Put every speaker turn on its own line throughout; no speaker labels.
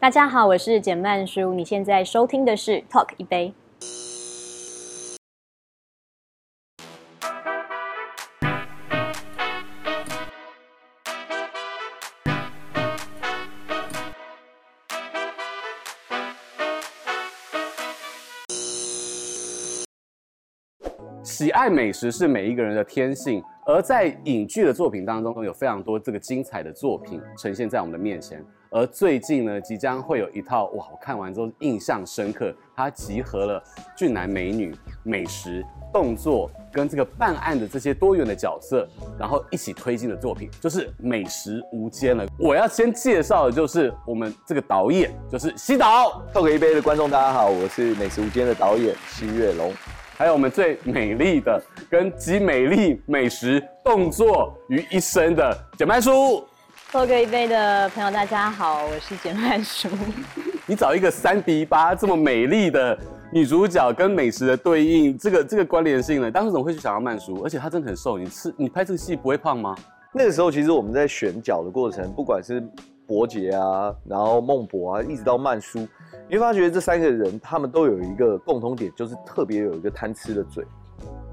大家好，我是简曼书，你现在收听的是 Talk 一杯。
喜爱美食是每一个人的天性，而在影剧的作品当中，有非常多这个精彩的作品呈现在我们的面前。而最近呢，即将会有一套哇，我看完之后印象深刻，它集合了俊男美女、美食、动作跟这个办案的这些多元的角色，然后一起推进的作品，就是《美食无间》了。我要先介绍的就是我们这个导演，就是西岛。
透给一杯的观众，大家好，我是《美食无间》的导演西月龙。
还有我们最美丽的跟集美丽、美食、动作于一身的简曼书。
喝个一杯的朋友，大家好，我是简曼书。
你找一个三比八这么美丽的女主角跟美食的对应，这个这个关联性呢，当时怎么会去想要曼书？而且她真的很瘦，你吃你拍这个戏不会胖吗？
那个时候，其实我们在选角的过程，不管是伯杰啊，然后孟博啊，一直到曼叔，你会发觉这三个人他们都有一个共同点，就是特别有一个贪吃的嘴。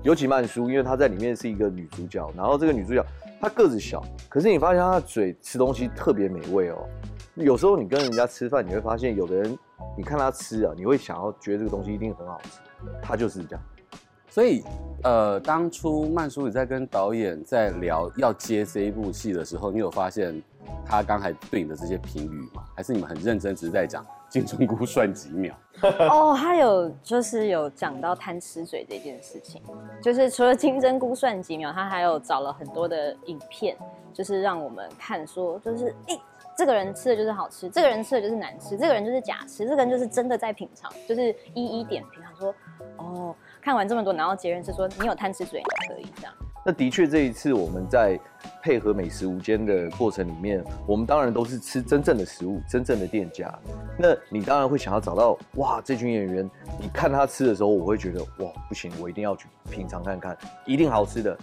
尤其曼叔，因为她在里面是一个女主角，然后这个女主角她个子小，可是你发现她的嘴吃东西特别美味哦。有时候你跟人家吃饭，你会发现有的人，你看他吃啊，你会想要觉得这个东西一定很好吃，他就是这样。
所以，呃，当初曼叔你在跟导演在聊要接这一部戏的时候，你有发现他刚才对你的这些评语吗？还是你们很认真，只是在讲金针菇算几秒？
哦，他有就是有讲到贪吃嘴这件事情，就是除了金针菇算几秒，他还有找了很多的影片，就是让我们看说，就是诶、这个人吃的就是好吃，这个人吃的就是难吃，这个人就是假吃，这个人就是真的在品尝，就是一一点评。他说，哦，看完这么多，然后结论是说你有贪吃嘴，你可以这样。
那的确，这一次我们在配合《美食无间》的过程里面，我们当然都是吃真正的食物，真正的店家。那你当然会想要找到哇，这群演员，你看他吃的时候，我会觉得哇，不行，我一定要去品尝看看，一定好吃的。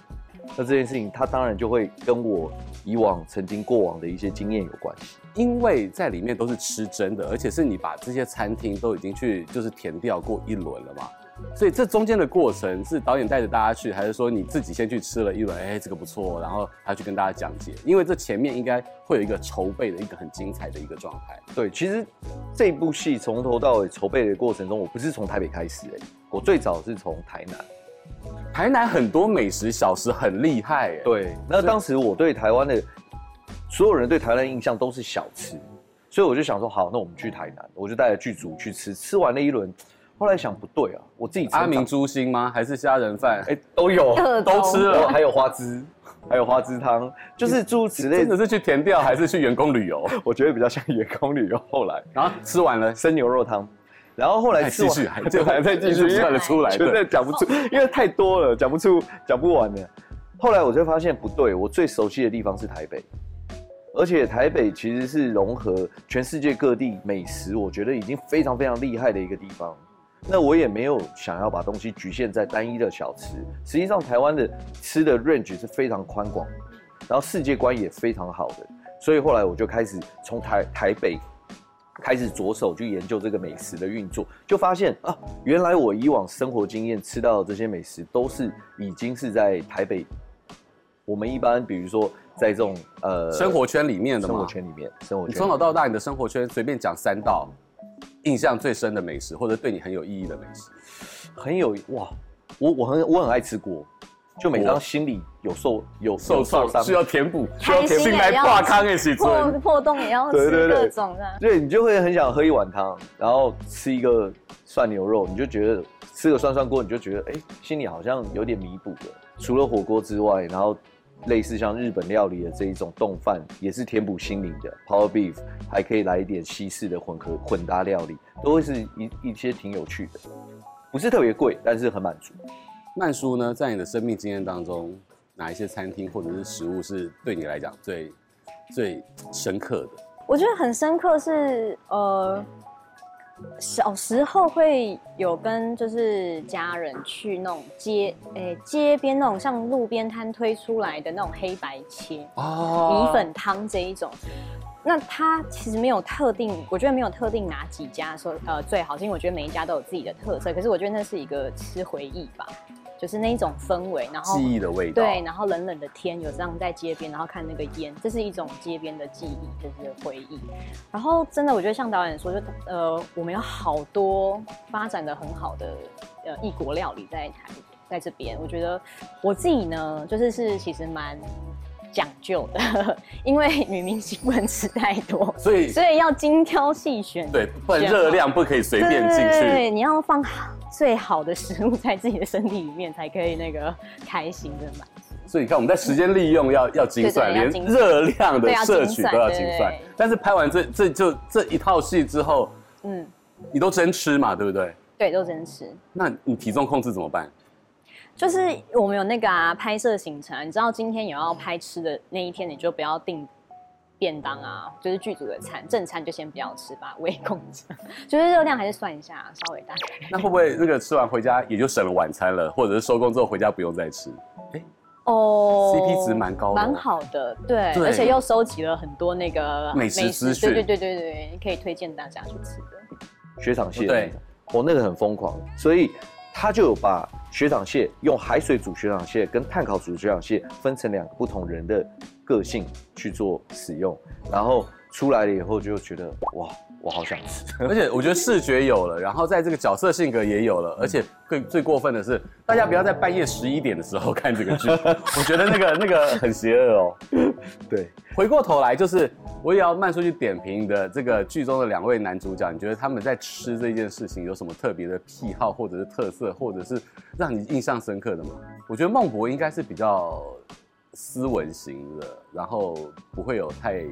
那这件事情，它当然就会跟我以往曾经过往的一些经验有关系。
因为在里面都是吃真的，而且是你把这些餐厅都已经去就是填掉过一轮了嘛，所以这中间的过程是导演带着大家去，还是说你自己先去吃了一轮，哎，这个不错，然后他去跟大家讲解？因为这前面应该会有一个筹备的一个很精彩的一个状态。
对，其实这部戏从头到尾筹备的过程中，我不是从台北开始、欸，我最早是从台南。
台南很多美食小吃很厉害，哎，
对，那当时我对台湾的所有人对台湾的印象都是小吃，所以我就想说，好，那我们去台南，我就带着剧组去吃，吃完了一轮，后来想不对啊，我自己成
阿
长
明猪心吗？还是虾仁饭？
哎、都有
各种都吃
了
然后还有花枝，还有花枝汤，就是诸如此类
真的。是去填掉还是去员工旅 游？
我觉得比较像员工旅游，后来
然后吃完了，
生牛肉汤，然后后来
还继
吃
续，
完
还就还在 继续算得出来
真的
的。
讲不 出，因为太多了，讲不出，讲不完的。后来我就发现不对，我最熟悉的地方是台北，而且台北其实是融合全世界各地美食，我觉得已经非常非常厉害的一个地方。那我也没有想要把东西局限在单一的小吃，实际上台湾的吃的 range 是非常宽广，然后世界观也非常好的，所以后来我就开始从台台北开始着手去研究这个美食的运作，就发现啊，原来我以往生活经验吃到的这些美食，都是已经是在台北。我们一般比如说在这种呃
生活圈里面的
生活
嘛，
圈里面，生活
你
圈
从小到大你的生活圈随便讲三道印象最深的美食，或者对你很有意义的美食。
很有哇，我我很我很爱吃锅，就每当
锅
心里有受有有
受创
伤
需要填补，需要
开
填
心
补
也
来
要
挂康的时
破
阵，
破洞也要
对
吃
对对
各种的，
对，你就会很想喝一碗汤，然后吃一个涮牛肉，你就觉得吃个涮涮锅，你就觉得哎、心里好像有点弥补了。除了火锅之外，然后类似像日本料理的这一种冻饭，也是填补心灵的。Power Beef 还可以来一点西式的混合混搭料理，都会是一一些挺有趣的，不是特别贵，但是很满足。
曼叔呢，在你的生命经验当中，哪一些餐厅或者是食物是对你来讲最最深刻的？
我觉得很深刻是呃，小时候会有跟就是家人去那种街诶、街边那种像路边摊推出来的那种黑白切、
哦
米粉汤这一种。那它其实没有特定，我觉得没有特定哪几家说呃最好，是因为我觉得每一家都有自己的特色。可是我觉得那是一个吃回忆吧，就是那一种氛围，然后
记忆的味道。
对，然后冷冷的天，有这样在街边，然后看那个烟，这是一种街边的记忆，就是回忆。然后真的，我觉得像导演说，就呃，我们有好多呃发展的很好的呃异国料理在台在这边。我觉得我自己呢，就是是其实蛮讲究的， 因为女明星不能吃太多，
所以
所以要精挑细选。
对，不然热量不可以随便进
对对
去。
对，你要放最好的食物在自己的身体里面，才可以那个开心的嘛。
所以你看，我们在时间利用要要精
对
算，
对要
连
精算
热量的
对要
摄
精
取
算
都要
对
精
对
算
对。
但是拍完这这就这一套戏之后，
嗯，
你都真吃嘛，对不对？
对，都真实。
那你体重控制怎么办？
就是我们有那个啊拍摄行程啊，你知道今天有要拍吃的那一天，你就不要订便当啊，就是剧组的餐，正餐就先不要吃吧，微控制，就是热量还是算一下，稍微大概。
那会不会那个吃完回家也就省了晚餐了，或者是收工之后回家不用再吃？
哦
CP 值蛮高的
蛮好的，对，
对
而且又收集了很多那个
美食资讯
对对对对对，可以推荐大家去吃的。
雪场蟹，
对，
我、那个很疯狂，所以他就有把雪场蟹用海水煮雪场蟹跟炭烤煮雪场蟹分成两个不同人的个性去做使用，然后出来了以后就觉得哇，我好想吃，
而且我觉得视觉有了，然后在这个角色性格也有了，而且最最过分的是，大家不要在半夜十一点的时候看这个剧，我觉得那个那个很邪恶哦。
对，
回过头来，就是我也要慢速去点评的这个剧中的两位男主角，你觉得他们在吃这件事情有什么特别的癖好，或者是特色，或者是让你印象深刻的吗？我觉得孟博应该是比较斯文型的，然后不会有太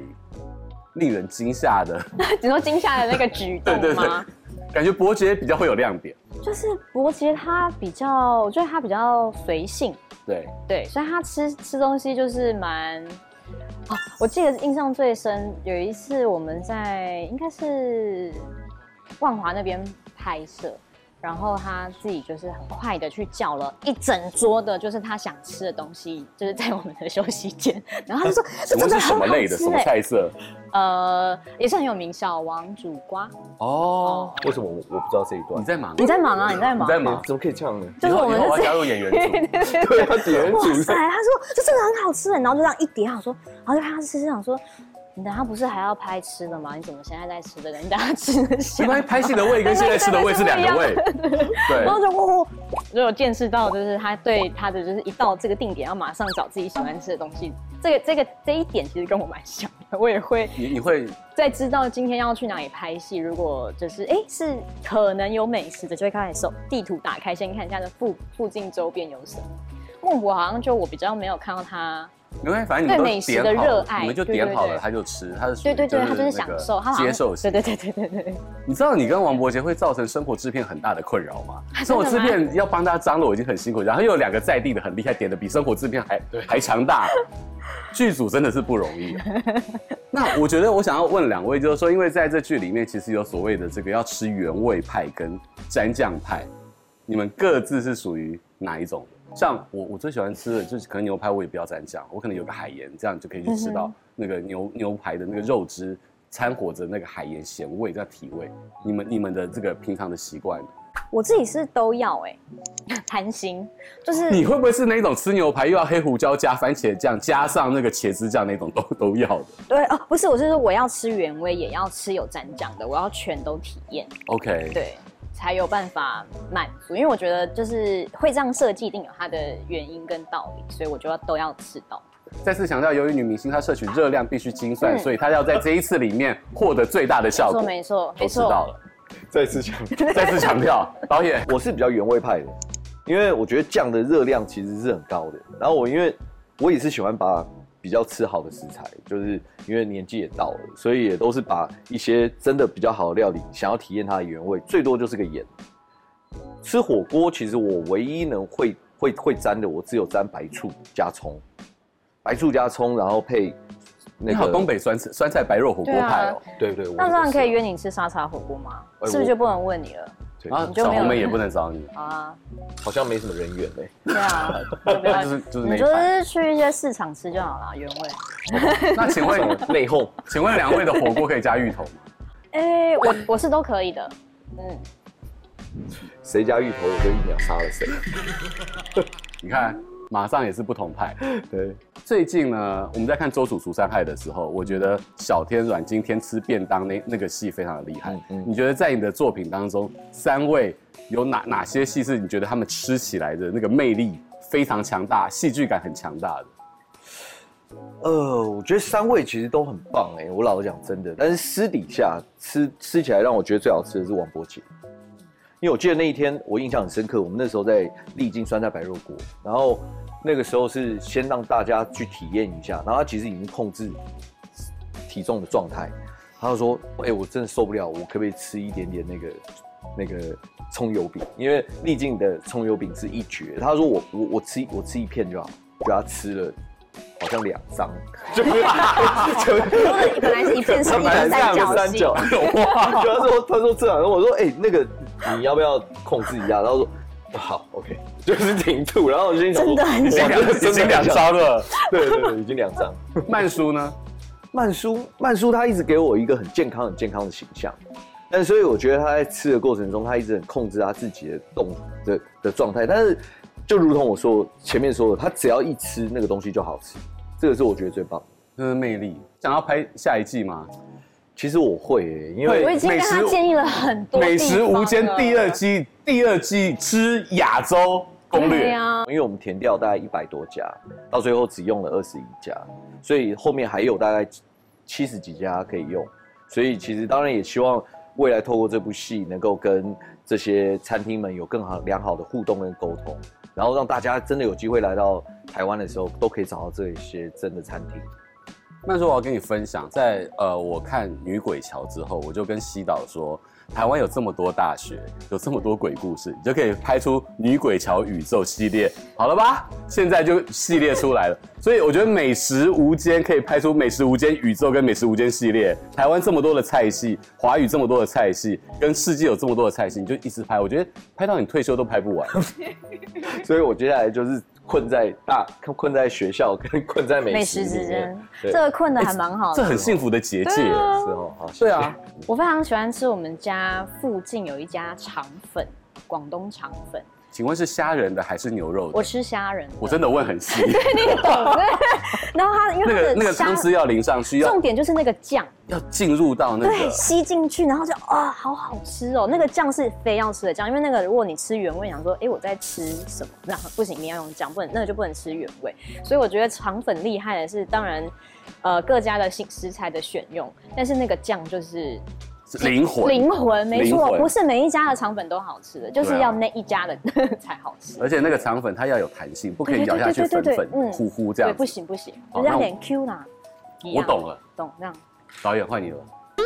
令人惊吓 的，
你说惊吓的那个举动吗？
对对对感觉伯爵比较会有亮点。
就是伯杰他比较，我觉得他比较随性，
对，
对，所以他吃吃东西就是蛮……哦，我记得印象最深有一次我们在应该是万华那边拍摄，然后他自己就是很快的去叫了一整桌的，就是他想吃的东西，就是在我们的休息间， 然后他就说这
请
真
问
的很
是什
好
么
吃、
类的？什么
欸
菜色？
呃，也是很有名，小王煮瓜。
哦，
为什么我我不知道这一段
你？在忙？
你在忙啊？你在忙？
你在忙？
怎么可以这样呢？
就是
以后
我们
以后我
就是
要加入演员组。
对啊，点
哇
主
塞，他说这真的很好吃，欸然后就这样一碟，我说，然后就看他吃，想说，你等下不是还要拍吃的吗？你怎么现在在吃这个？你等下吃得下
因为拍戏的胃跟现在吃的胃是两 个胃。对
然，后就哇，哇就有见识到，就是他对他的就是一到这个定点要马上找自己喜欢吃的东西，这个这个这一点其实跟我蛮像的，我也会
你你会
在知道今天要去哪里拍戏，如果就是哎、诶是可能有美食的，就会开始手地图打开，先看一下这附附近周边有什么。孟博好像就我比较没有看到他
没关系，反正你们
对美
都
食
点
的
好
热
了，
爱
你们就
对
点
对
好
对
了他就吃，他是属于
对对对，
是
他就是
那
享
个
受，他好像
接受
对
型。
对对对对对对，
你知道你跟王伯杰会造成生活制片很大的困扰吗？
啊
生活制片要帮他张罗已经很辛苦，然后又有两个在地的很厉害，点的比生活制片还还强大，剧组真的是不容易、啊那我觉得我想要问两位，就是说，因为在这剧里面其实有所谓的这个要吃原味派跟蘸酱派，你们各自是属于哪一种？像我我最喜欢吃的就是可能牛排，我也不要蘸酱，我可能有个海盐，这样就可以去吃到那个牛牛排的那个肉汁掺和着那个海盐咸味，这样体味。你们你们的这个平常的习惯，
我自己是都要 哎、贪心就是
你会不会是那种吃牛排又要黑胡椒加番茄酱加上那个茄子酱那种都都要的
对哦，不是，我是说我要吃原味，也要吃有蘸酱的，我要全都体验，
？OK，
对，才有办法满足。因为我觉得就是会这样设计，一定有它的原因跟道理，所以我就要都要吃到。
再次强调，由于女明星她摄取热量必须精算，
嗯
所以她要在这一次里面获得最大的效
没错
果。
没错
都
没
知道
错，
了。
再次讲，
再次 强调，导演
我是比较原味派的，因为我觉得酱的热量其实是很高的。然后我因为我也是喜欢把比较吃好的食材，就是因为年纪也到了，所以也都是把一些真的比较好的料理，想要体验它的原味，最多就是个盐。吃火锅其实我唯一能会会会沾的，我只有沾白醋加葱，白醋加葱，然后配那
你好，
个
东北酸菜酸菜白肉火锅派哦。
对对，我
那这样可以
是
约你吃沙茶火锅吗？
哎
是不是就不能问你了？
对
然后
你就
啊小
没有
红梅也不能 找你，
好啊，
好像没什么人缘哎、
对啊， 就不要
就是就是
你
那一
就 是
盘。
去一些市场吃就好了，原味。
那请问，
内讧。
请问两位的火锅可以加芋头吗？
哎、我我是都可以 的，嗯，
谁家芋头，我就一秒杀了谁。
你看，马上也是不同派。
对，
最近呢，我们在看《周楚除三害》的时候，我觉得小天、阮经天吃便当那那个戏非常的厉害。
嗯嗯
你觉得在你的作品当中，三位有哪哪些戏是你觉得他们吃起来的那个魅力非常强大，戏剧感很强大的？
呃，我觉得三位其实都很棒哎、我老实讲真的，但是私底下吃吃起来让我觉得最好吃的是王伯杰，因为我记得那一天我印象很深刻，我们那时候在丽晶酸菜白肉锅，然后那个时候是先让大家去体验一下，然后他其实已经控制体重的状态，他就说：“哎、我真的受不了，我可不可以吃一点点那个那个葱油饼？因为丽晶的葱油饼是一绝。”他说我：“我我吃一我吃一片就好。”就他吃了好像两张， 就没有 就
说的本来是一片是一个三角形，
哇！他 说他说这样，然后我说哎、那个你要不要控制一下？然后说好，OK，就是停吐。然后我心想
真
说
的很
已
像
哇。
经已经两招了。
对对对，已经两张。
曼叔呢？
曼叔，曼叔他一直给我一个很健康、很健康的形象，但所以我觉得他在吃的过程中，他一直很控制他自己的动的的状态。但是，就如同我说前面说的，他只要一吃那个东西就好吃，这个是我觉得最棒的。
这是魅力。想要拍下一季吗？
其实我会耶、因
我
为
已经跟他建议了很多
美食无间
地方了
第二季，第二季之亚洲攻
对
略。
啊，
因为我们填掉大概一百多家，到最后只用了二十一家，所以后面还有大概七十几家可以用。所以其实当然也希望未来透过这部戏，能够跟这些餐厅们有更好良好的互动跟沟通，然后让大家真的有机会来到台湾的时候，都可以找到这些真的餐厅。
那时候我要跟你分享，在呃，我看《女鬼桥》之后，我就跟西岛说，台湾有这么多大学，有这么多鬼故事，你就可以拍出《女鬼桥》宇宙系列，好了吧？现在就系列出来了，所以我觉得《美食无间》可以拍出《美食无间宇宙》跟《美食无间》系列。台湾这么多的菜系，华语这么多的菜系，跟世界有这么多的菜系，你就一直拍，我觉得拍到你退休都拍不完。
所以我接下来就是困在大困在学校跟困在美
美
食
食
里
之
面
争，这个困得还蛮好
这
的。
很幸福的结界。
是哦，好，谢谢
对啊，
我非常喜欢吃我们家附近有一家肠粉，广东肠粉，
请问是虾仁的还是牛肉的？
我
我
吃虾仁，
真的问很细，
然后它因为它
那个
的
那个
虾
汤汁要淋上去，要
重点就是那个酱，
要进入到那
对，
个。
吸进去，然后就啊、好好吃哦。那个酱是非要吃的酱，因为那个如果你吃原味，想说，哎，我在吃什么？那不行，你要用酱，不能那个就不能吃原味。所以我觉得肠粉厉害的是，当然，呃，各家的新食材的选用，但是那个酱就是
灵魂，
灵魂，没
灵
错，
魂
不是每一家的肠粉都好吃的，就是
对啊
要那一家的 才好吃。
而且那个肠粉它要有弹性，不可
对
以咬
对
下去
对
粉
对对
粉
对嗯
糊糊这
对，
样。
不，行不行，
好
就是
那
要
我
点 Q 啦。一
我
样
懂了，
懂这样。
导演换你了。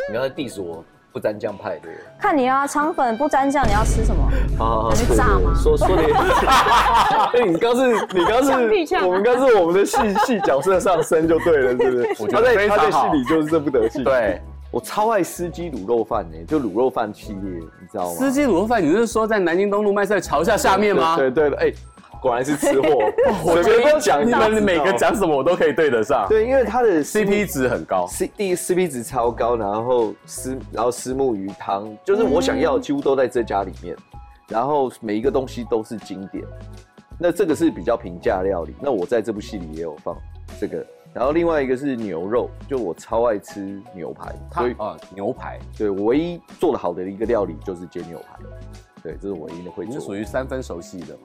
你刚才 diss 我不沾酱派对不对。
看你啊，肠粉不沾酱，你要吃什么？
啊，
还是
对
炸
对
吗
说说的， 哎你刚是，你刚
像屁像
是，我们刚是我们的戏戏角色上身就对了，是不是？
我觉
他
得
在
非常
他在
好
戏里就是这副德性。，
对，
我超爱司机卤肉饭呢，就卤肉饭系列，你知道吗？
司机卤肉饭，你是说在南京东路麦赛桥下下面吗？
对对对，哎，果然是吃货，
我
随
觉
便
得
讲，
你们每个
讲，
讲什么我都可以对得上
对，因为他的
，CP 值很高。
C 第一 CP 值超高，然后丝然后丝木鱼汤，就是我想
嗯
要的几乎都在这家里面，然后每一个东西都是经典。那这个是比较平价料理，那我在这部戏里也有放这个。然后另外一个是牛肉，就我超爱吃牛排，
它
所以
啊，牛排，
对我唯一做的好的一个料理就是煎牛排，对，这是我唯一的会
你是
做
属。于三分熟悉的嘛。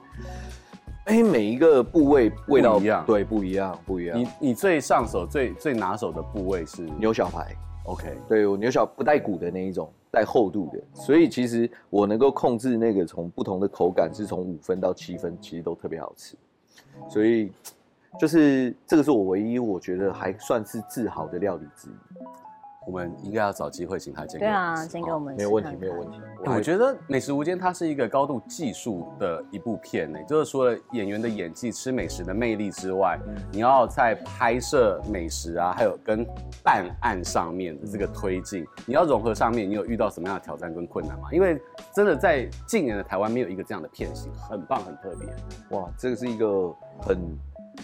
哎，每一个部位味道
不一样
对，啊不一样，不一样。
你你最上手、最最拿手的部位是
牛小排，
OK，
对我牛小不带骨的那一种，带厚度的，所以其实我能够控制那个从不同的口感，是从五分到七分，其实都特别好吃。所以
嗯
就是这个是我唯一我觉得还算是自豪的料理之一。
我们应该要找机会请他剪给
对
我们
啊，
吃
先给我们
没有问题，
试看
没有
看
问题。
欸我觉得《美食无间》它是一个高度技术的一部片呢、就是除了演员的演技、吃美食的魅力之外，
嗯
你要在拍摄美食啊，还有跟办案上面的这
嗯
个推进，你要融合上面，你有遇到什么样的挑战跟困难吗？因为真的在近年的台湾没有一个这样的片型，很棒，很特别，
得哇，这个是一个很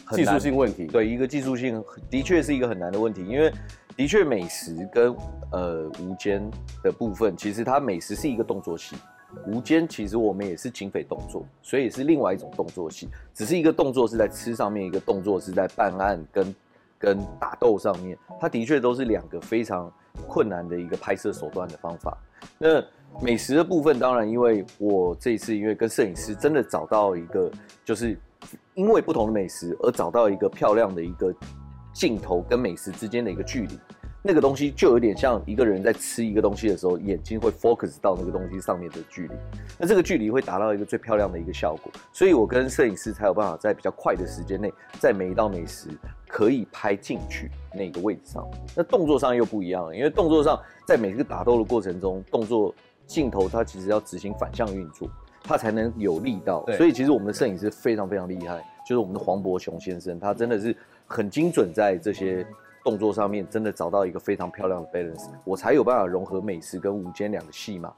很
技术
难
性问题。，
对一个技术性的确是一个很难的问题，因为的确美食跟呃无间的部分，其实它美食是一个动作戏，无间其实我们也是警匪动作，所以也是另外一种动作戏，只是一个动作是在吃上面，一个动作是在办案跟跟打斗上面，它的确都是两个非常困难的一个拍摄手段的方法。那美食的部分，当然，因为我这一次因为跟摄影师真的找到一个，就是因为不同的美食而找到一个漂亮的一个镜头跟美食之间的一个距离，那个东西就有点像一个人在吃一个东西的时候，眼睛会 focus 到那个东西上面的距离，那这个距离会达到一个最漂亮的一个效果，所以我跟摄影师才有办法在比较快的时间内，在每一道美食可以拍进去那个位置上。那动作上又不一样了，因为动作上在每个打斗的过程中，动作镜头它其实要执行反向运作，它才能有力道
对。
所以其实我们的摄影师非常非常厉害，就是我们的黄伯雄先生，他真的是很精准在这些。动作上面真的找到一个非常漂亮的 balance，我才有办法融合美食跟午间两个戏嘛，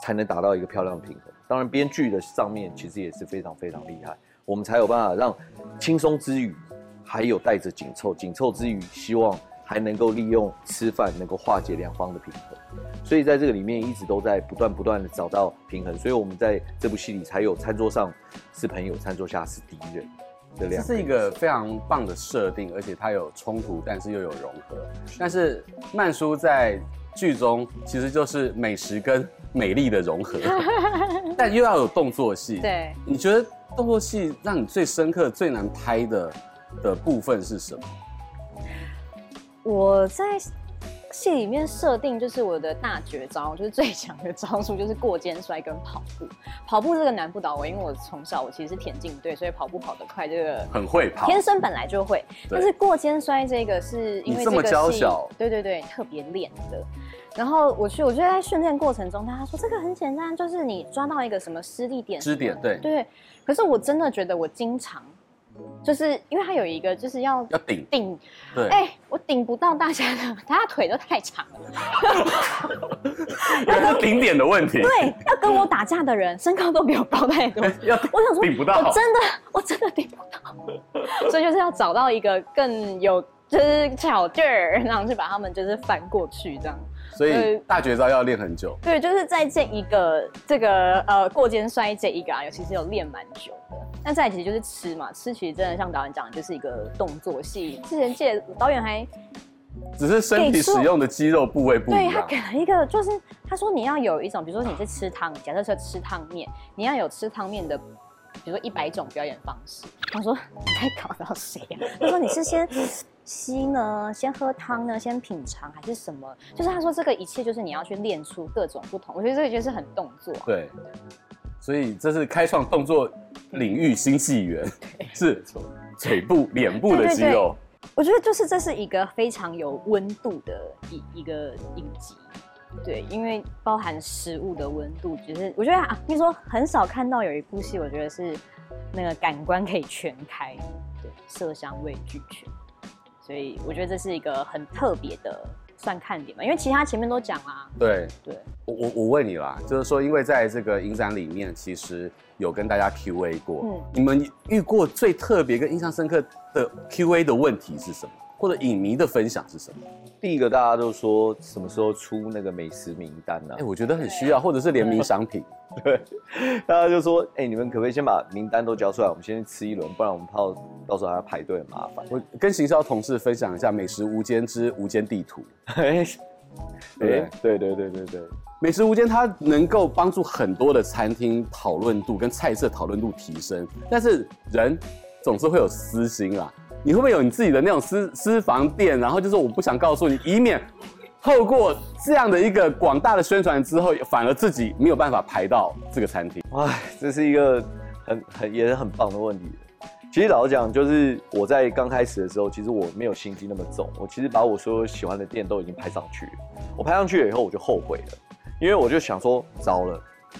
才能达到一个漂亮的平衡。当然，编剧的上面其实也是非常非常厉害，我们才有办法让轻松之余，还有带着紧凑，紧凑之余，希望还能够利用吃饭能够化解两方的平衡。所以在这个里面一直都在不断不断的找到平衡，所以我们在这部戏里才有餐桌上是朋友，餐桌下是敌人的
这
两
是一个非常棒的设定，而且它有冲突，但是又有融合。但是曼叔在剧中其实就是美食跟美丽的 融合，但又要有动作戏。，
对，
你觉得动作戏让你最深刻、最难拍的的部分是什么？
我在戏里面设定就是我的大绝招，就是最强的招数，就是过肩摔跟跑步。跑步这个难不倒我，因为我从小我其实是田径队，所以跑步跑得快，这个
很会跑，
天生本来就会。但是过肩摔这个是因
你
为这
这么
个
娇
戏
小
对对对，特别练的。然后我去，我就在训练过程中，大家说这个很简单，就是你抓到一个什么失力点，
支点对，
对。可是我真的觉得我经常，就是因为它有一个就是要
要顶
顶
对。
哎、我顶不到大家的，大家腿都太长了。
原来是顶点的问题，
对，要跟我打架的人身高都比我高太多。
要
我想说，
顶不到
我真的，我真的顶不到。所以就是要找到一个更有就是巧劲儿，然后去把他们就是翻过去这样。
所以
对
大绝招要练很久。
对，就是在这一个这个呃过肩摔这一个啊，尤其是有练蛮久的。那再来其实就是吃嘛，吃其实真的像导演讲的，就是一个动作戏。之前记得导演还
只是身体
给
使
出
用的肌肉部位不一
对他
样，
给了一个，就是他说你要有一种，比如说你是吃汤，假设是吃汤面，你要有吃汤面的，比如说一百种表演方式。他说 你在搞到谁呀、他说你是先吸呢，先喝汤呢，先品尝还是什么？就是他说这个一切就是你要去练出各种不同。我觉得这个就是很动作，
对，所以这是开创动作领域新纪元，是嘴部、脸部的肌肉。
我觉得就是这是一个非常有温度的一一个影集，对，因为包含食物的温度，就是我觉得啊，你说很少看到有一部戏，我觉得是那个感官可以全开，对，色香味俱全，所以我觉得这是一个很特别的算看点吧，因为其他前面都讲啦，
对
对，
我我我问你啦，就是说，因为在这个影展里面，其实有跟大家 Q A 过，
嗯
你们遇过最特别跟印象深刻的 Q A 的问题是什么？或者影迷的分享是什么？
第一个大家都说什么时候出那个美食名单呢、
哎、我觉得很需要，或者是联名商品。
大家就说，哎、你们可不可以先把名单都交出来，我们先去吃一轮，不然我们怕到时候还要排队很 麻烦。
我跟行销同事分享一下《美食无间之无间地图》。
哎、
对
哎对对对对对，
美食无间，它能够帮助很多的餐厅讨论度跟菜色讨论度提升，但是人总是会有私心啦。你会不会有你自己的那种私私房店？然后就是我不想告诉你，以免透过这样的一个广大的宣传之后，反而自己没有办法排到这个餐厅。
哎，这是一个很很也是很棒的问题。其实老实讲，就是我在刚开始的时候，其实我没有心机那么重，我其实把我所有喜欢的店都已经拍上去了。我拍上去了以后，我就后悔了，因为我就想说，糟了，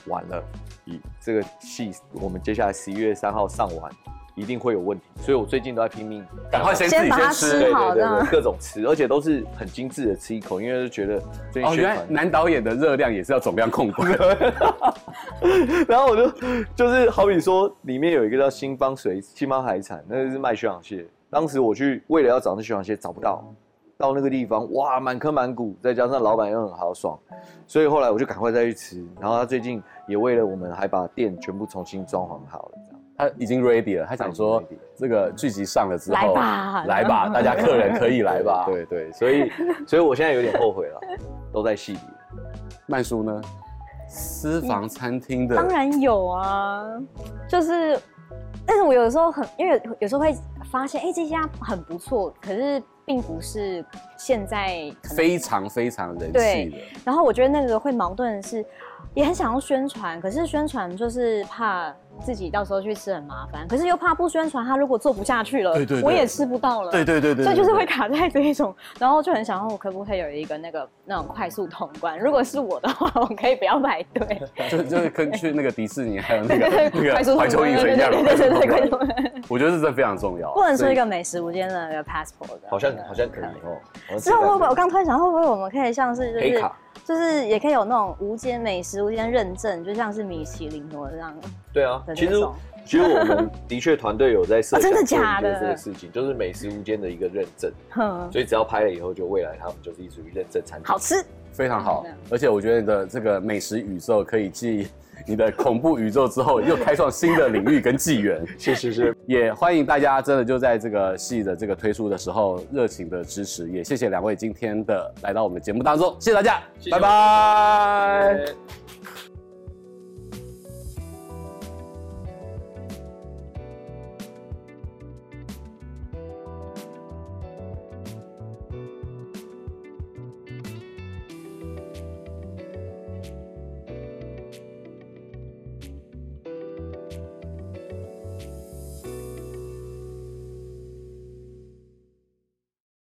完了，以这个戏我们接下来十一月三号上完，一定会有问题，所以我最近都在拼命
赶快先自
先
己
把
先
它
吃。
吃
对
好
对对
这样
对，各种吃，而且都是很精致的吃一口，因为就觉得最近
哦，
宣
原
传、
来男导演的热量也是要总量控管。
然后我就就是好比说，里面有一个叫新邦水新邦海产，那个是卖雪场蟹。当时我去为了要找那雪场蟹找不到，到那个地方哇满坑满谷，再加上老板又很豪爽，所以后来我就赶快再去吃。然后他最近也为了我们还把店全部重新装潢好了，这样。
他已经 ready 了，他想说
他已经 ready
这个剧集上了之后，
来吧
来吧，大家客人可以来 吧。
对对，对所 以所以我现在有点后悔了，都在戏里。
曼叔呢，私房餐厅的，
当然有啊，就是，但是我有时候很，因为有有时候会发现，哎、这家很不错，可是并不是现在可能。
非常非常人气的。
然后我觉得那个会矛盾的是，也很想要宣传，可是宣传就是怕自己到时候去吃很麻烦，可是又怕不宣传，他如果做不下去了，
对对对
我也吃不到了。
对对对
所以就是会卡在这一种，然后就很想，我可不可以有一个那个那种快速通关？如果是我的话，我可以不要排队。
就就是跟去那个迪士尼，还有那
对 对
个那
快
个
速
怀旧影城一样
对
嘛。
对对对对，快速通关
我觉得这真的非常重要。啊
不能说一
所
个美食无间的那个 passport 的。
好像好像可以哦。好像
之后会不会？
可以
我刚突然想，会不会我们可以像是就
黑
是
卡
就是也可以有那种无间美食无间认证，就像是米其林什么这样。
对啊
的，那
其实
种
其实我们的确团队有在设
哦
想
真的
做一
假
个
的
这个事情，就是美食无间的一个认证，
哼，
所以只要拍了以后，就未来他们就是属于认证产品。
好吃。
以非常好
真的，
而且我觉得你的这个美食宇宙可以继你的恐怖宇宙之后，又开创新的领域跟纪元。
是是是，
也欢迎大家真的就在这个戏的这个推出的时候热情的支持，也谢谢两位今天的来到我们的节目当中，谢谢大家，
谢谢
拜拜。
呃